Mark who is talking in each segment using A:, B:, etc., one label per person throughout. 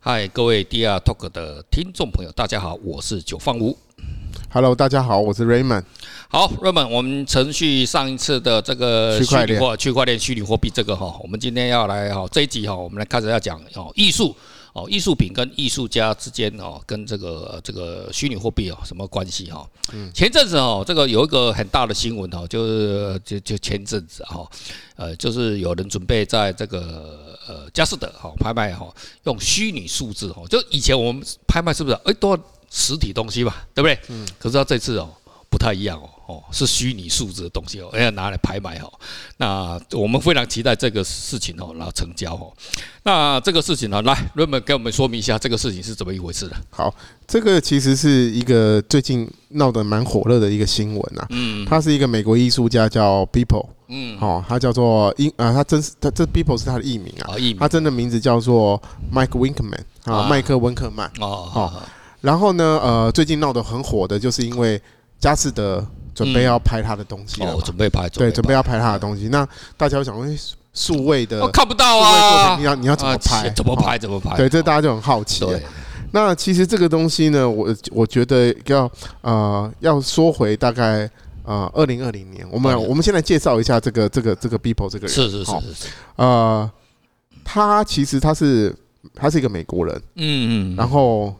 A: 嗨，各位 DR Talk 的听众朋友，大家好，我是九放五。
B: Hello，大家好，我是 Raymond。
A: 好，Raymond，我们程序上一次的这个
B: 区
A: 虚
B: 块
A: 拟
B: 链
A: 货、区块链、虚拟货币这个哈，我们今天要来哈这一集哈，我们来开始要讲哦艺术哦艺术品跟艺术家之间哦跟这个呃这个虚拟货币哦什么关系哈？
B: 嗯
A: 前阵子哦这个有一个很大的新闻哦，就是就就前阵子哈，呃就是有人准备在这个呃佳士得哈拍卖哈用虚拟数字哦，就以前我们拍卖是不是哎都要实体东西吧，对不对？嗯。可是他这次哦。不太一样哦，哦，是虚拟数字的东西哦，要拿来拍卖哦。那我们非常期待这个事情哦，然后成交哦。那这个事情呢、哦来瑞文给我们说明一下这个事情是怎么一回事的？
B: 好，这个其实是一个最近闹得蛮火热的一个新闻啊。嗯，他是一个美国艺术家叫 Beeple。嗯，哦，他叫做英啊，他真是他这 Beeple 是他的艺名啊，
A: 啊，一名
B: 他真的名字叫做 Mike Winkman 啊，
A: 啊
B: 麦克温克曼。
A: 哦哦
B: 然后呢，呃，最近闹得很火的，就是因为佳士得准备要拍他的东西了
A: 哦，
B: 嘛，
A: 准备拍，
B: 对，准备
A: 拍
B: 要拍他的东西。那大家就想说，诶数位的
A: 我、
B: 数
A: 哦看不到
B: 位作
A: 啊
B: 品，你，要你要怎么拍？
A: 啊怎么
B: 哦？
A: 拍？怎么拍？
B: 对，这
A: 哦
B: 大家就很好奇啊。
A: 对，
B: 那其实这个东西呢，我我觉得要呃要说回大概呃二零二零年，我们、
A: 2020
B: 我们先来介绍一下这个这个这个 People 这个人，
A: 是是
B: 好
A: 是是，
B: 呃，他其实他是他是一个美国人，
A: 嗯嗯，
B: 然后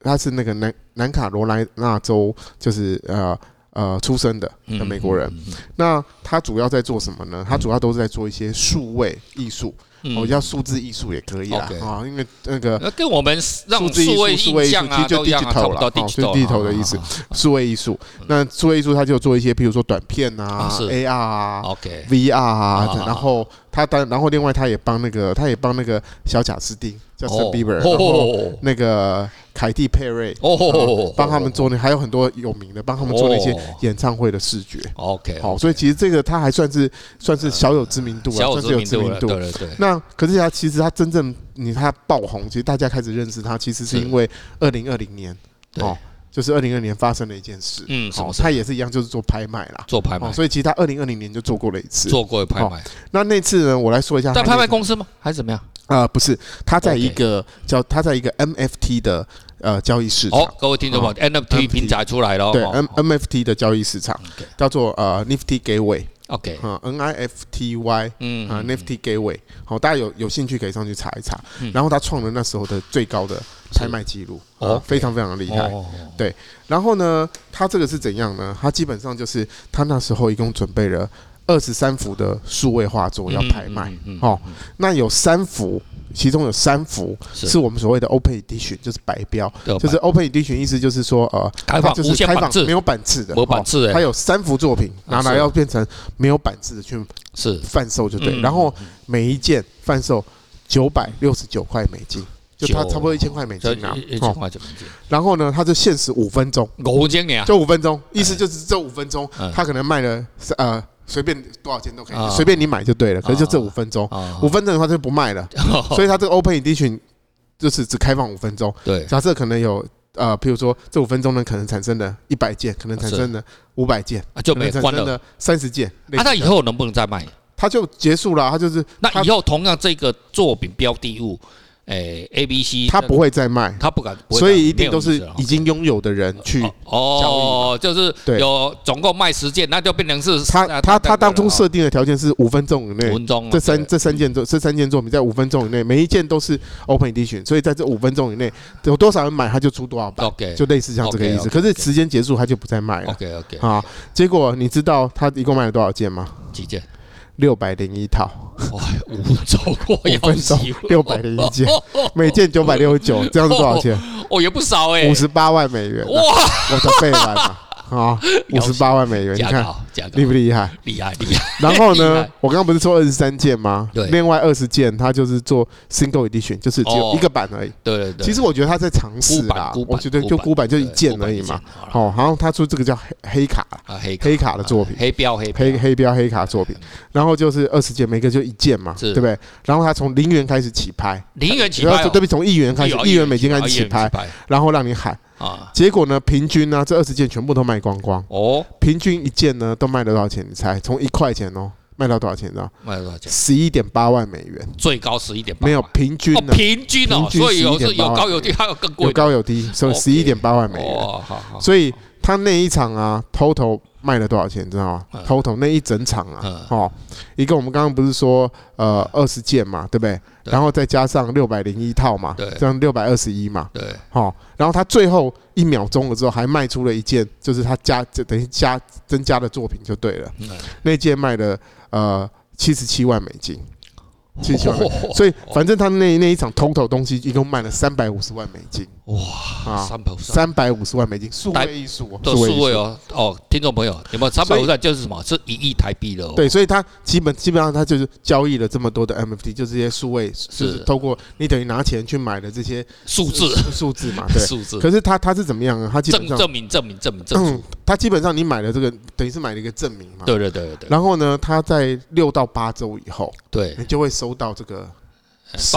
B: 他是那个南南卡罗来纳州就是呃呃出生的
A: 嗯
B: 的美国人。那他主要在做什么呢？他主要都是在做一些数位艺术，
A: 嗯
B: 哦，叫数字艺术也可以啦
A: OK
B: 啊，因为那个
A: 那跟我们让
B: 数字艺
A: 数位
B: 术、数位
A: 印
B: 艺术
A: 象
B: 其
A: 啊
B: 实就
A: 都一样啊，差
B: digital
A: 不
B: 了，
A: 多
B: 哦就是 digital 的意思。数位艺术，那数位艺术它就做一些，譬如说短片啊、
A: 嗯啊是
B: AR 啊、
A: OK，
B: VR 啊
A: 啊，
B: 然后他当然后另外他也帮那个他也帮那个小贾斯汀叫 s t Bieber，然后
A: 哦
B: 那个凯蒂佩瑞
A: 哦
B: 啊，帮他们做那还有很多有名的帮他们做那些演唱会的视觉。
A: OK，
B: 好，所以其实这个他还算是算是小有知名度
A: 嗯
B: 啊，
A: 小有
B: 算是有
A: 知
B: 知
A: 名
B: 名
A: 度了，
B: 度
A: 对。对对，
B: 那可是他其实他真正你他爆红，其实大家开始认识他，其实是
A: 是
B: 因为二零二零年
A: 对
B: 哦，就是二零二年发生了一件事，
A: 嗯什
B: 好、
A: 么事
B: 他也是一样，就是做拍卖啦，
A: 做拍
B: 哦，
A: 卖，
B: 所以其实他二零二零年就做过了一次。
A: 做过拍卖，
B: 那那次呢，我来说一下他
A: 在
B: 那个，
A: 拍卖公司吗？还是怎么样？
B: 啊、不是，他在
A: OK
B: 一个叫他在一个 NFT 的呃交易市场，
A: 哦，各位听众朋友，NFT
B: NFT
A: 平台出来了哦，
B: 对、
A: 哦嗯
B: N NFT 的交易市场
A: OK
B: 叫做呃 Nifty Gateway
A: OK，
B: 啊、N I F T Y
A: 嗯
B: 啊 Nifty Gateway，好、大家有有兴趣可以上去查一查。然后他创了那时候的最高的拍卖记录，
A: 嗯是
B: 哦
A: 哦，
B: 非常非常的厉害。
A: 哦
B: 然后呢，他这个是怎样呢？他基本上就是他那时候一共准备了二十三幅的数位画作要拍卖，，
A: 嗯嗯嗯嗯
B: 哦，那有三幅。其中有三幅
A: 是
B: 是我们所谓的 open edition，就是白标，
A: 对
B: 就是 open edition，意思就是说，呃，
A: 哦开放
B: 它就
A: 无
B: 是
A: 限
B: 开
A: 版
B: 放
A: 制
B: 没有版制的，
A: 没版制
B: 哦
A: 哎
B: 它有三幅作品
A: 啊
B: 拿来
A: 是
B: 要变成没有版制的去
A: 是
B: 贩售就对，
A: 嗯
B: 然后每一件贩售九百六十九块美金，就它
A: 九
B: 差不多一千块美
A: 这
B: 金啊。
A: 一一千
B: 哦，
A: 块怎么进？
B: 然后呢，它就限时五分钟，
A: 我经理啊，
B: 就五分钟，意思就是这五分钟
A: 嗯，
B: 它可能卖了是呃随便多少件都可
A: 啊
B: 以，随便你买就对了。可是就这五分钟，
A: 啊哦
B: 五分钟的话就不卖了，所以它这个 open edition 就是只开放五分钟。
A: 对
B: 假设可能有呃，譬如说这五分钟呢，可能产生了一百件，可能产生了五百件，
A: 啊就
B: 可
A: 没
B: 能产
A: 关
B: 生
A: 了。
B: 了三十件，
A: 啊，那以后能不能再卖？
B: 它就结束了，它就是
A: 那
B: 它
A: 以后同样这个作品标的物，诶，A、B、C，
B: 他不会再卖，
A: 他不敢，不会
B: 所
A: 再
B: 以一
A: 没
B: 定
A: 有
B: 都
A: 意思
B: 是
A: 了
B: 已经拥有的人去。
A: 哦，就是
B: 对
A: 有总共卖十件，那就变成是呃
B: 他他他当初
A: 是
B: 设定的条件是五分钟以内，
A: 哦文中
B: 这三这三件作这三件作品在五分钟以内，每一件都是 open edition，所以在这五分钟以内有多少人买他就出多少版，
A: OK
B: 就类似像这个意思。
A: OK，OK，OK
B: 可是时间结束他就不再卖了
A: OK OK
B: 啊。结果你知道他一共卖了多少件吗？
A: 几件？
B: 六百零一套，
A: 哇，五分钟我
B: 五
A: 要
B: 分钟
A: 洗，
B: 六百零一件，每件九百六十九，这样是多少钱？
A: 哦，也不少 哎，
B: 五十八万美元啊，
A: 哇，
B: 我的背 板啊，啊，五十八万美元，你
A: 加
B: 看
A: 高加高
B: 厉，不 厉害？
A: 厉害厉害，
B: 然后
A: 厉
B: 呢
A: 害，
B: 我刚刚不是说二十三件吗？
A: 对
B: 另外二十件它就是做 single edition，就是只有一个版而已。
A: 对哦对对，
B: 其实我觉得他在尝试
A: 孤
B: 啦
A: 版，孤版，
B: 我觉得就孤版就一件而已嘛。
A: 好
B: 哦，然后他出这个叫黑黑卡啦，
A: 啊，黑
B: 黑卡的作品，
A: 黑标黑
B: 黑黑标黑卡作品，然后就是二十件，每个就一件嘛，
A: 是
B: 对不对？然后他从零元开始起拍，
A: 零元起
B: 然后
A: 拍哦哎
B: 就，对不起，从一元开始，一元美金开始
A: 起
B: 起拍，然后让你喊。
A: 啊，
B: 结果呢，平均呢，这二十件全部都卖光光。
A: 哦，
B: 平均一件呢都卖了多少钱？你猜？从一块钱哦，卖到多少钱？你知道？
A: 卖了多少钱？
B: 十一点八万美元，
A: 最高十一点八，
B: 没有平均
A: 哦，
B: 的，
A: 平均哦，
B: 平均
A: 所以有是
B: 11.8
A: 有高有低，还有更贵
B: 有
A: 的
B: 高有低，所以
A: OK
B: 十一点八万美元。
A: 哦，好好，
B: 所以他那一场啊，total 卖了多少钱？你知道吗
A: 嗯
B: ？total 那一整场啊
A: 嗯，
B: 哦，一个我们刚刚不是说呃二十件嘛，对不对？
A: 对
B: 然后再加上六百零一套嘛
A: 对，
B: 这样六百二十一嘛，
A: 对，
B: 好，然后他最后一秒钟了之后，还卖出了一件，就是他加这等于加增加的作品就对了。
A: 嗯
B: 那件卖了呃七十七万美金，
A: 哦
B: 七十七万美金。所以反正他那那一场 total 东西一共卖了三百五十万美金啊，
A: 三百五十。
B: 三百五十万美金，数位艺术哦，
A: 的数
B: 艺
A: 位
B: 术。
A: 哦哦，听众朋友，有没有三百
B: 所以
A: 五十就是什么？是一亿台币了哦。
B: 对，所以他基本基本上他就是交易了这么多的 MFT，就是这些数位，就是透过你等于拿钱去买的这些
A: 数字，
B: 数字 嘛，对。
A: 数字，
B: 可是他他是怎么样啊？他基本
A: 证
B: 上
A: 证明证明证明证
B: 嗯
A: 明。，
B: 他基本上你买了这个，等于是买了一个证明嘛。。
A: 对对对对
B: 然后呢，他在六到八周以后，
A: 对，
B: 你就会收到这个 实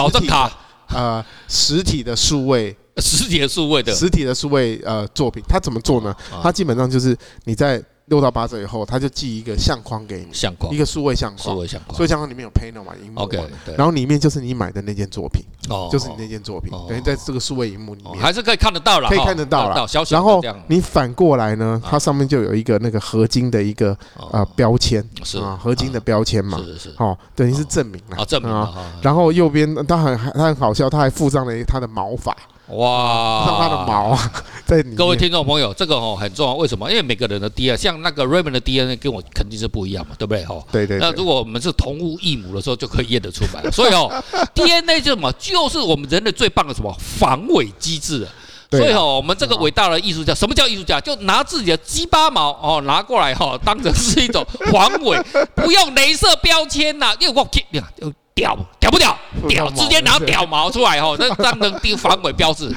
B: 体
A: 保证卡
B: 呃实体的数位
A: 实体的数位的
B: 实体的数位呃作品。他怎么做呢？
A: 啊
B: 他基本上就是你在六到八周以后，他就寄一个相框给你，
A: 相框
B: 一，个数位相
A: 哦数
B: 框。
A: 位相框
B: 数。位相框里面有 panel 嘛，荧幕
A: OK，
B: 嘛，
A: 对，
B: 然后里面就是你买的那件作品，
A: 哦
B: 就是你那件作品
A: 哦，
B: 等于在这个数位荧幕里
A: 哦
B: 面。
A: 还是可以看得到了，
B: 可以
A: 哈
B: 看得到啦
A: 小小
B: 然
A: 的
B: 后
A: 这样啊
B: 你反过来呢，它上面就有一个那个合金的一个呃
A: 哦
B: 标签
A: 是
B: 啊，合金的标签嘛，
A: 是是是，
B: 好，等于是证明了
A: 啊，证明了
B: 啊。
A: 哈，
B: 然后右边他很他很好笑，他还附上了他的毛发，
A: 哇，
B: 让他的毛啊 在里面。
A: 各位听众朋友，这个哦很重要，为什么？因为每个人的 DNA，像那个 Raymond 的 DNA 跟我肯定是不一样嘛，对不对？哈，
B: 对对
A: 那
B: 对
A: 如果我们是同父异母的时候，就可以验得出来了。所以 哦，DNA 就是什么？就是我们人类最棒的什么防伪机制啊。
B: 对啊嗯
A: 所以哦，我们这个伟大的艺术家，什么叫艺术家？就拿自己的鸡巴毛哦拿过来哈、哦，当成是一种防 伪，不用镭射标签呐、因为我你看屌屌不屌？屌，直接拿屌毛出来 哦，那当成第防伪标志。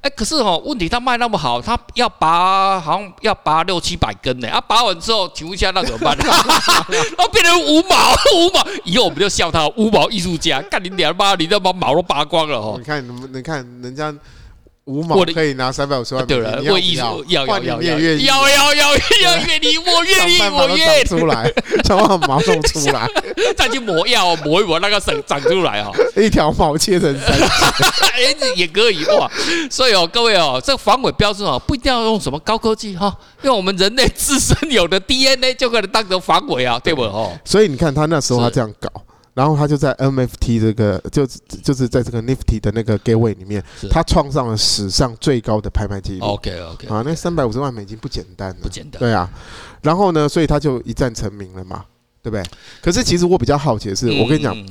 A: 哎，可是哦，问题他卖那么好，他要拔好像要拔六七百根呢，啊，拔完之后，请问一下那怎么办？然后变成五毛，五毛，以后我们就笑他五毛艺术家，干你娘妈，你他把毛都拔光了哦
B: 你。看，你你看人家五毛
A: 我的
B: 可以拿三百五十万美
A: 对
B: 金，
A: 了，
B: 你要
A: 为
B: 不
A: 艺术要
B: 要
A: 要
B: 换你
A: 要要
B: 越愿意
A: 要要要要越你我越
B: 想
A: 你
B: 办法
A: 我
B: 都
A: 越
B: 长出来， 想办法毛弄出 来，
A: 再去磨药哦磨一磨那个省长出来哦。
B: 一条毛切成三，
A: 哎，这也可以哇！所以哦，各位哦，这防伪标志哦，不一定要用什么高科技哈、因为我们人类自身有的 DNA 就可以当成防伪啊，对不哦？
B: 所以你看他那时候他
A: 是
B: 这样搞。然后他就在 NFT 这个，就就是在这个 Nifty 的那个 Gateway 里面
A: 是，
B: 他创上了史上最高的拍卖记录。
A: OK OK，
B: 啊，那三百五十万美金不简单、啊，
A: 不简单
B: 对啊，然后呢，所以他就一战成名了嘛，对不对？可是其实我比较好奇的是，我跟你讲，
A: 嗯，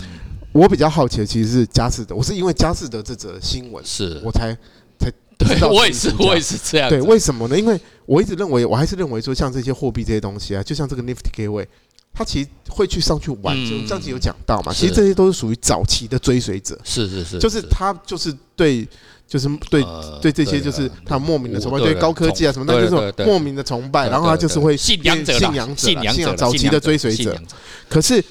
B: 我比较好奇的其实是佳士得，我是因为佳士得这则新闻，
A: 是，
B: 我才才知
A: 对
B: 道
A: 我也
B: 这
A: 是
B: 个，
A: 我也是这样子，
B: 对，为什么呢？因为我一直认为，我还是认为说，像这些货币这些东西啊，就像这个 Nifty Gateway。它其实会去上去玩，
A: 嗯
B: 就上次有讲到嘛。
A: 是
B: 其实这些都是属于早期的追随者，
A: 是是是，
B: 就是他就是对，就是对
A: 呃
B: 对这些就是
A: 啊
B: 他莫名的崇拜，
A: 对
B: 对
A: 啊
B: 高科技啊什么，那
A: 对
B: 就是
A: 对对
B: 莫名的崇拜，
A: 对
B: 然后他就是
A: 对
B: 会
A: 信仰者啦，
B: 信仰者啦
A: 信仰
B: 信
A: 者
B: 仰
A: 啦，
B: 早期的追随者
A: 信仰者，
B: 可是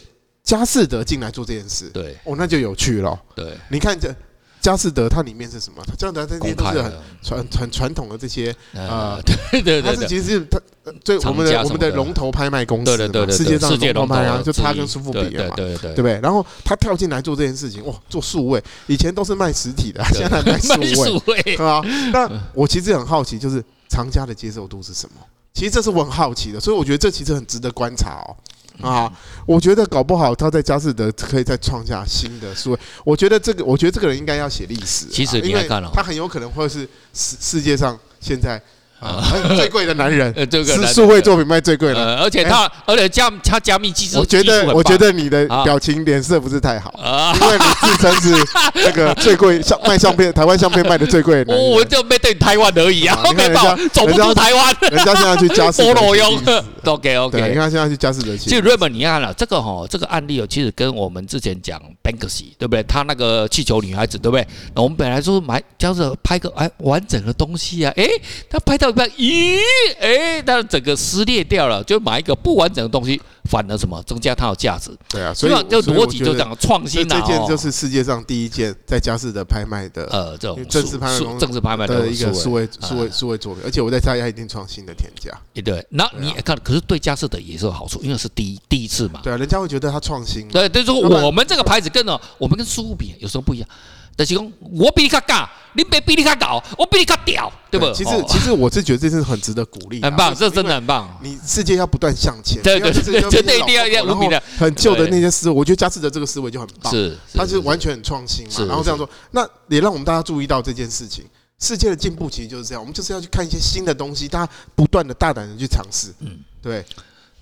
B: 佳士得进来做这件事，
A: 对
B: 哦，那就有趣了。
A: 对，
B: 你看这佳士得它里面是什么？它佳士得它这
A: 公
B: 些都
A: 开
B: 是很
A: 的，
B: 传传传统的这些，
A: 呃
B: 呃，
A: 对对
B: 它
A: 对
B: 是
A: 对。
B: 其实是它呃最我们
A: 厂家
B: 的
A: 什
B: 我
A: 么
B: 们的
A: 的
B: 龙头拍卖公司
A: 对
B: 嘛，
A: 对对对，
B: 世界上的龙头
A: 龙头
B: 拍卖啊，就它
A: 之一
B: 跟苏富
A: 对
B: 比啊嘛。
A: 对对
B: 对不对？然后他跳进来做这件事情，哇，做数位，以前都是卖实体的，现在卖 数
A: 对，
B: 位，
A: 数位，
B: 对啊，那我其实很好奇，就是藏家的接受度是什么？其实这是我很好奇的，所以我觉得这其实很值得观察哦。
A: 嗯
B: 啊，我觉得搞不好他在佳士得可以再创下新的数位。我觉得这个，我觉得这个人应该要写历史啊。
A: 其实你
B: 因为
A: 来看哦
B: 他很有可能会是世世界上现在啊最贵的 男人，
A: 呃，这个
B: 是
A: 男
B: 数位
A: 的
B: 作品卖最贵的。
A: 呃，而且他，而且加他加密技术，
B: 哎我觉
A: 呃技术
B: 得，
A: 很
B: 我觉
A: 棒
B: 得你的
A: 啊
B: 表情脸色不是太好，
A: 啊，
B: 因为你自称是那个最贵相卖相片，台湾相片卖的最贵的男
A: 我
B: 人。
A: 哦 我就没对台湾而已啊，
B: 啊你
A: 没
B: 看人
A: 办
B: 家
A: 法，走不
B: 人家
A: 出台湾，
B: 人家现在去加士
A: 菠
B: 得
A: 萝
B: 去
A: 用
B: 历史。
A: ，OK
B: 对，啊因为
A: OK。
B: 他现在去加士得
A: 其实
B: 去，
A: 瑞本，你看了这个哈、这个案例哦，其实跟我们之前讲 Banksy 对不对？他那个气球女孩子对不对？那我们本来说买，就是拍个哎完整的东西啊，哎，他拍到一半，咦，哎，他整个撕裂掉了，就买一个不完整的东西，反而什么增加它的价值。
B: 对啊，所以
A: 这
B: 所以我
A: 逻辑
B: 觉
A: 就
B: 得
A: 讲创
B: 所以
A: 新啊，
B: 这件
A: 哦
B: 就是世界上第一件在佳士得拍卖的
A: 呃这种
B: 正式
A: 数
B: 拍卖
A: 数
B: 公司
A: 正式拍卖
B: 的
A: 的
B: 一个
A: 数
B: 数
A: 位啊
B: 位数位数位作品，而且我在猜它一定创新的天价。
A: 也对。那你
B: 啊
A: 也看，可是对佳士得也是有好处，因为是第一第一次嘛。
B: 对啊，人家会觉得它创新嘛。
A: 对，就是说
B: 要不然
A: 我们这个牌子跟哦，我们跟苏富比有时候不一样。但、就是讲我比你较尬，你别比你较搞，我比你较屌，对不？
B: 其实
A: 哦
B: 其实我是觉得这是很值得鼓励的啊，
A: 很棒，
B: 为什
A: 这真。
B: 么
A: 的
B: 因为
A: 很棒。
B: 你世界要不断向前，
A: 对
B: 不要
A: 对
B: 就是要
A: 对
B: 变成
A: 对对
B: 老
A: 要
B: 头
A: 无比的
B: 然后很旧的
A: 对
B: 那些思维，我觉得佳士得这个思维就很棒，
A: 是，
B: 它是完全很创新嘛。
A: 是
B: 然后这样
A: 是
B: 说，那也让我们大家注意到这件事情。世界的进步其实就是这样，我们就是要去看一些新的东西，大家不断的大胆的去尝试。嗯，对，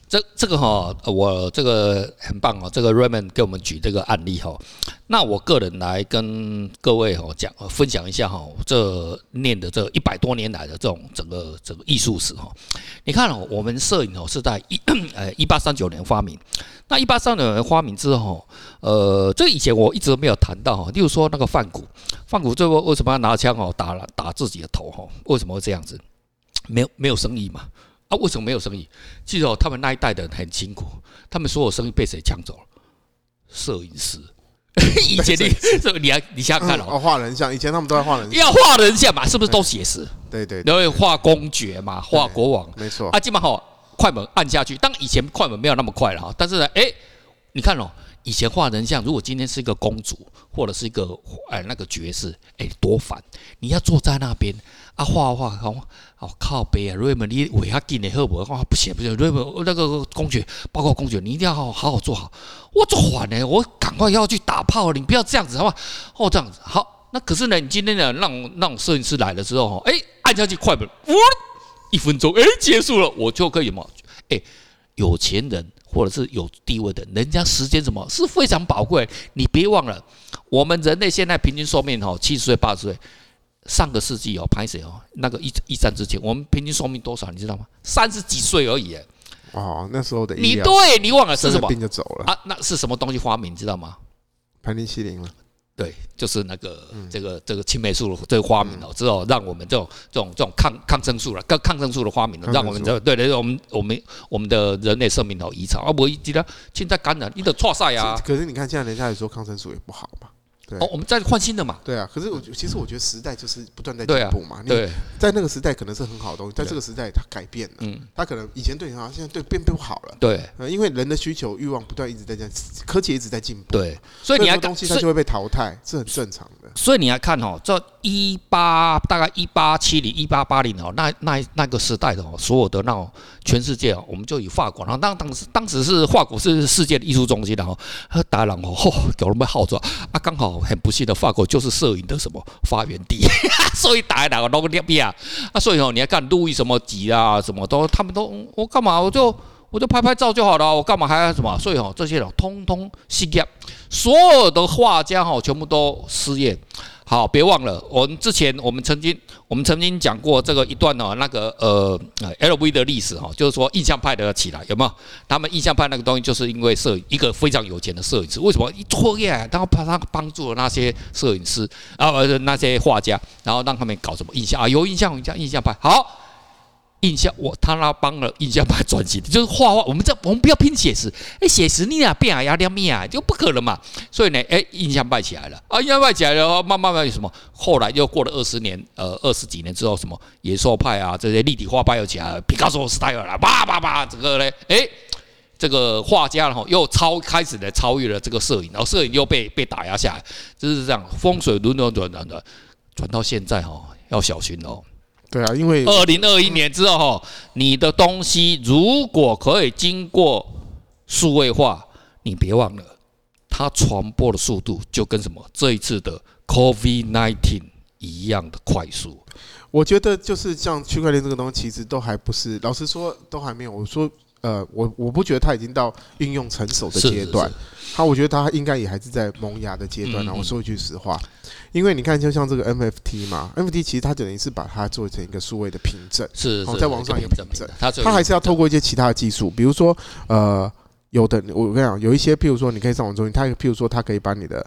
A: 这这个哈、呃我这个很棒哦，这个 Raymond 给我们举这个案例哈、哦那我个人来跟各位哈、讲呃分享一下哈、这念的这一百多年来的这种整个整个艺术史哈、你看哦，我们摄影哦是在一 呃一八三九年发明，那一八三九年发明之后，呃，这以前我一直没有谈到哦哈、例如说那个范古，范古最后为什么要拿枪哦打了打自己的头哈、为什么会这样子？没有没有生意嘛？啊，为什么没有生意？记得、哦、他们那一代的人很辛苦，他们所有生意被谁抢走了？摄影师。 以前你这你还你想想看哦，
B: 哦，画人像，以前他们都在画人像，
A: 要画人像嘛，是不是都写实？
B: 对嗯对，对
A: 然后画公爵嘛，画国王
B: 没错
A: 啊，基本好快门按下去。当然以前快门没有那么快了哈，但是呢，哎，你看哦，以前画人像，如果今天是一个公主或者是一个哎那个爵士，哎多烦！你要坐在那边啊，画画好好靠背啊，瑞文你尾要进的好不好？哇啊不行不行，瑞文那个公爵，包括公爵，你一定要好好做好。我做缓呢，我赶快要去打炮，你不要这样子好不好？哦，这样子好。那可是呢，你今天呢，让让摄影师来了之后，哎，按下去快门，呜一分钟，哎，结束了，我就可以嘛？哎，有钱人或者是有地位的，人家时间什么是非常宝贵，你别忘了，我们人类现在平均寿命哦，七十岁八十岁。上个世纪哦，拍谁哦？那个一一战之前，我们平均寿命多少？你知道吗？三十几岁而已。哎
B: 哦，那时候的医
A: 你
B: 疗
A: 对你忘了是
B: 生
A: 什
B: 了
A: 么
B: 病就走了，
A: 啊？那是什么东西发明？你知道吗？
B: 盘尼西林了，
A: 对，就是那个、
B: 嗯
A: 这个这个青霉素的这个发明哦，之后让我们这种这种这种抗抗生素了，抗抗生素的发明哦，
B: 抗生素
A: 让我们这对对，我们我们我们的人类生命哦异常啊，我记得现在感染你的错赛啊，
B: 可是你看现在人家也说抗生素也不好嘛，对
A: 哦，我们再换新的嘛，
B: 对啊，可是我觉其实我觉得时代就是不断在进
A: 对啊
B: 步嘛。你
A: 对，
B: 在那个时代可能是很好的东西，在
A: 对
B: 这个时代它改变了，
A: 嗯，
B: 它可能以前对你很好，现在对变不好了。
A: 对
B: 呃，因为人的需求欲望不断一直在这样，科技一直在进步，，
A: 对，所以你还
B: 很多东西
A: 所
B: 它
A: 以
B: 就会被淘汰，是很正常的。
A: 所以你来看哦，这一八大概一八七零、一八八零哦，那那那个时代的哦，所有的那种全世界哦，我们就以法国，然后当当时当时是法国是世界的艺术中心的哦，呃当然哦，吼，有人被号召啊，刚好很不幸的法国就是摄影的什么发源地， 所以打一打个弄个牛逼啊，啊，所以哦，你要看路易什么吉啊，什么都他们都嗯我干嘛我就。我就拍拍照就好了，我干嘛还要什么？所以哦，这些人通通失业，所有的画家哈、哦，全部都失业，好，别忘了，我们之前我们曾经我们曾经讲过这个一段哦，那个呃呃 LV 的历史哈、哦，就是说印象派的起来有没有？他们印象派那个东西，就是因为摄影一个非常有钱的摄影师，为什么一错业，然后帮他帮助了那些摄影师啊，呃那些画家，然后让他们搞什么印象啊？有印象，有印象，印象派好。印象我他那帮了印象派 转型，就是画画。我们这我们不要拼写实，哎，写实你俩变啊呀，亮面啊，就不可能嘛。所以呢，哎，印象派起来了啊，印象派起来了，慢慢慢慢什么，后来又过了二十年，呃，二十几年之后，什么野兽派啊，这些立体画派又起来了，毕加索 style 啦，叭叭叭，这个呢，哎。这个画家哈又超开始呢超越了这个摄影，然后摄影又被被打压下来，就是这样风水轮流转转转转到现在哈，要小心哦。
B: 对啊，因为
A: 二零二一年之后，你的东西如果可以经过数位化，你别忘了，它传播的速度就跟什么这一次的 COVID nineteen 一样的快速。
B: 我觉得就是像区块链这个东西，其实都还不是，老实说都还没有。我说，呃，我我不觉得它已经到运用成熟的
A: 是
B: 阶段，它我觉得它应该也还是在萌芽的阶段
A: 嗯
B: 啊。
A: 嗯
B: 我说一句实话，因为你看，就像这个 NFT 嘛，NFT 其实它等于是把它做成一个数位的凭证，
A: 是
B: 好
A: 是，
B: 在网上
A: 这
B: 也
A: 个
B: 不
A: 凭
B: 止
A: 证，它只有
B: 它还是要透过一些其他的技术，比如说，呃，有的我跟你讲，有一些，譬如说，你可以上网中心，它譬如说，它可以把你的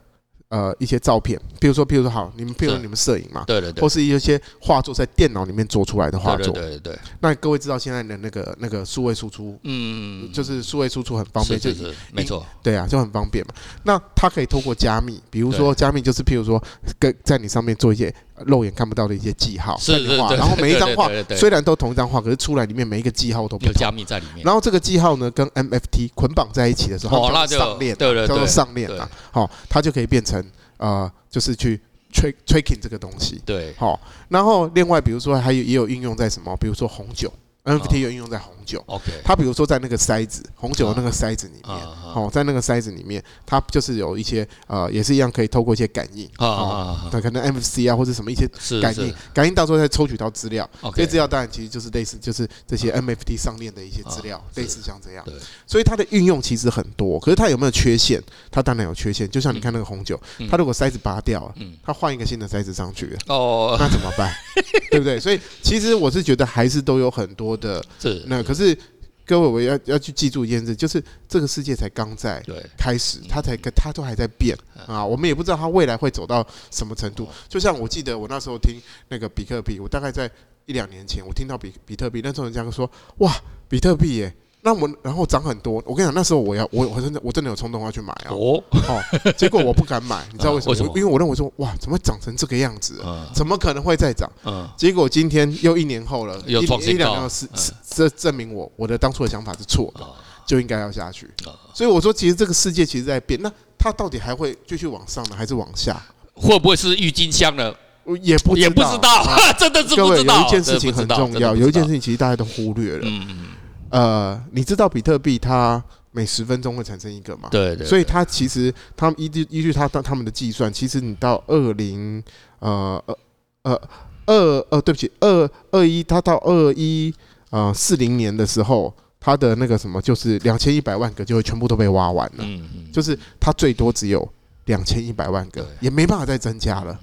B: 呃一些照片，比如说，比如说好，你们比如说
A: 对
B: 你们摄影嘛，
A: 对对对
B: 或，是一些画作在电脑里面做出来的画
A: 对对
B: 作。
A: 对对对，
B: 那各位知道现在的那个那个数位输出，
A: 嗯，
B: 就是数位输出很方便，就是
A: 是是没错，
B: 对啊，就很方便嘛。那它可以透过加密，比如说加密就是譬如说跟在你上面做一些肉眼看不到的一些记号，
A: 是
B: 在你
A: 是
B: 画，
A: 对
B: 然后每一张画
A: 对对对对
B: 虽然都同一张画，可是出来里面每一个记号都不
A: 有
B: 同
A: 加。密在里面。
B: 然后这个记号呢，跟 MFT 捆绑在一起的时候，
A: 哦，
B: 它
A: 那
B: 叫
A: 就
B: 做上链，
A: 对对
B: 叫做
A: 对，
B: 上链啊，好，它就可以变成呃，就是去 track tracking 这个东西。
A: 对，
B: 好，然后另外比如说还有也有应用在什么，比如说红酒，NFT
A: 啊
B: 有应用在红酒，
A: OK，
B: 它比如说在那个筛子，红酒的那个筛子里面，
A: 啊
B: 哦，在那个筛子里面，它就是有一些呃，也是一样可以透过一些感应
A: 啊啊
B: 哦，
A: 啊，
B: 那可能 MFC 啊或者什么一些
A: 是
B: 感应
A: 是，
B: 感应到时候再抽取到资料，这些
A: OK，嗯
B: 资料当然其实就是类似就是这些 NFT 上链的一些资料，
A: 是
B: 类似像这样
A: 对，
B: 所以它的运用其实很多，可是它有没有缺陷？它当然有缺陷，就像你看那个红酒，
A: 嗯
B: 它如果筛子拔掉了
A: 嗯，
B: 它换一个新的筛子上去了。
A: 哦，
B: 那怎么办？ 对不对？所以其实我是觉得还是都有很多的
A: 是
B: 那可是各位，我要要去记住一件事，就是这个世界才刚在
A: 对
B: 开始，它才跟它都还在变啊，我们也不知道它未来会走到什么程度。就像我记得我那时候听那个比特币，我大概在一两年前，我听到比比特币，那时候人家说哇，比特币耶。那我然后涨很多，我跟你讲，那时候我要我我真的我真的有冲动要去买啊，
A: 哦，
B: 哦， 结果我不敢买，你知道为什
A: 啊
B: 么？
A: 为什么
B: 因为我认为说哇，怎么涨成这个样子啊、
A: 嗯
B: 怎么可能会再涨？
A: 嗯，
B: 结果今天又一年后了，
A: 又
B: 一
A: 创
B: 一
A: 新
B: 两
A: 高
B: 年后是
A: 嗯
B: 是这证明我我的当初的想法是错的，
A: 哦
B: 就应该要下去
A: 哦。
B: 所以我说，其实这个世界其实在变，那它到底还会继续往上呢，还是往下？
A: 会不会是郁金香呢？
B: 我也不
A: 也不知道
B: 啊，
A: 真的 是
B: 各
A: 不
B: 位有
A: 知道。
B: 一件事情很重要，有一件事
A: 情，
B: 情其实大家都忽略了。
A: 嗯，
B: 呃，你知道比特币它每十分钟会产生一个吗？
A: 对对，
B: 所以它其实他们依据依据他他们的计算，其实你到二零呃呃呃二呃对不起二二一，它到二一呃四零年的时候，它的那个什么就是两千一百万个就会全部都被挖完了，
A: 嗯嗯，
B: 就是它最多只有两千一百万个
A: 对，嗯
B: 也没办法再增加了。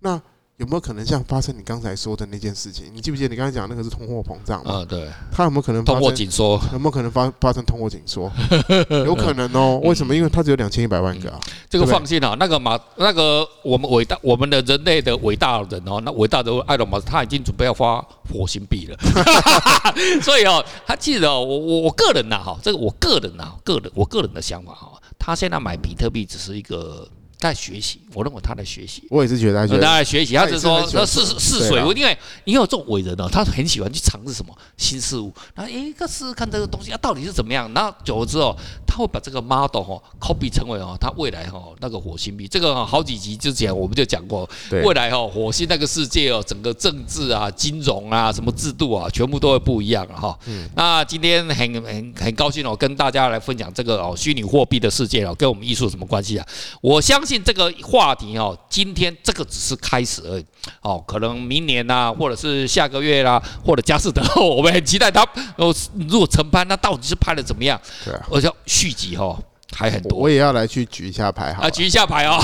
B: 那有没有可能像发生你刚才说的那件事情？你记不记得你刚才讲那个是通货膨胀嘛？
A: 啊对，
B: 它有没有可能发
A: 通
B: 生
A: 货紧缩，
B: 有没有可能发发生通货紧 缩？有可能哦，
A: 嗯
B: 为什么？因为它只有两千一百万个啊。
A: 这个
B: 对不对
A: 放心啊，那个马，那个我们伟大，我们的人类的伟大人哦，那伟大的埃隆马斯克他已经准备要发火星币 了， 所以哦，他记得哦我我我个人呐、哈，这个我个人呐、个人我个人的想法哈、他现在买比特币只是一个在学习，我认为他在学习。
B: 我也是觉得，
A: 大
B: 觉得
A: 家呃学习，他只是说
B: 他也是
A: 那
B: 很
A: 试
B: 喜欢
A: 试水，
B: 对啦
A: 因为因为这种伟人哦，他很喜欢去尝试什么新事物，然后诶，个试试看这个东西啊到底是怎么样，然后久了之后，他会把这个 model 哦 copy 成为哦他未来哦那个火星币，这个哦好几集之前我们就讲过，
B: 对
A: 未来哦火星那个世界哦整个政治啊、金融啊、什么制度啊，全部都会不一样了哈。
B: 嗯
A: 那今天很很很高兴哦，跟大家来分享这个哦虚拟货币的世界哦，跟我们艺术有什么关系啊？我相信这个话题哦，今天这个只是开始而已哦，可能明年呐、或者是下个月啦、或者佳士得，我们很期待他哦，如果成拍，那到底是拍的怎么样？
B: 对啊，
A: 而且续集哦还很
B: 我我
A: 多
B: 也要来去举一下牌好
A: 啊，
B: 了，
A: 举一下牌哦，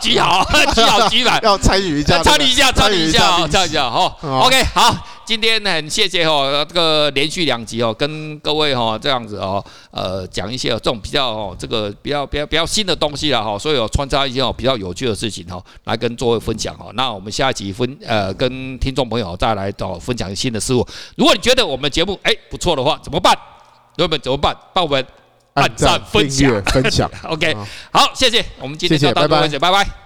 A: 举好，举 好，举满。
B: 要参与一下那个，
A: 参与一下，参与一下哦，参与一
B: 历史
A: 下哦。
B: 好
A: OK，好，今天很谢谢哦，这个连续两集哦，跟各位哦这样子哦，呃，讲一些哦这种比较哦这个比较比较比较新的东西了哈，所以有穿插一些哦比较有趣的事情哦，来跟各位分享哦。那我们下一集分呃跟听众朋友再来哦分享新的事物。如果你觉得我们节目哎不错的话，怎么办？友们怎么办？帮我们按
B: 按
A: 赞
B: 赞、
A: 分
B: 订阅
A: 享、。
B: 分享。
A: OK，
B: 好
A: 啊好，谢谢，我们今天
B: 谢
A: 就
B: 谢
A: 到这
B: 拜
A: 里
B: 拜
A: 为止，拜拜。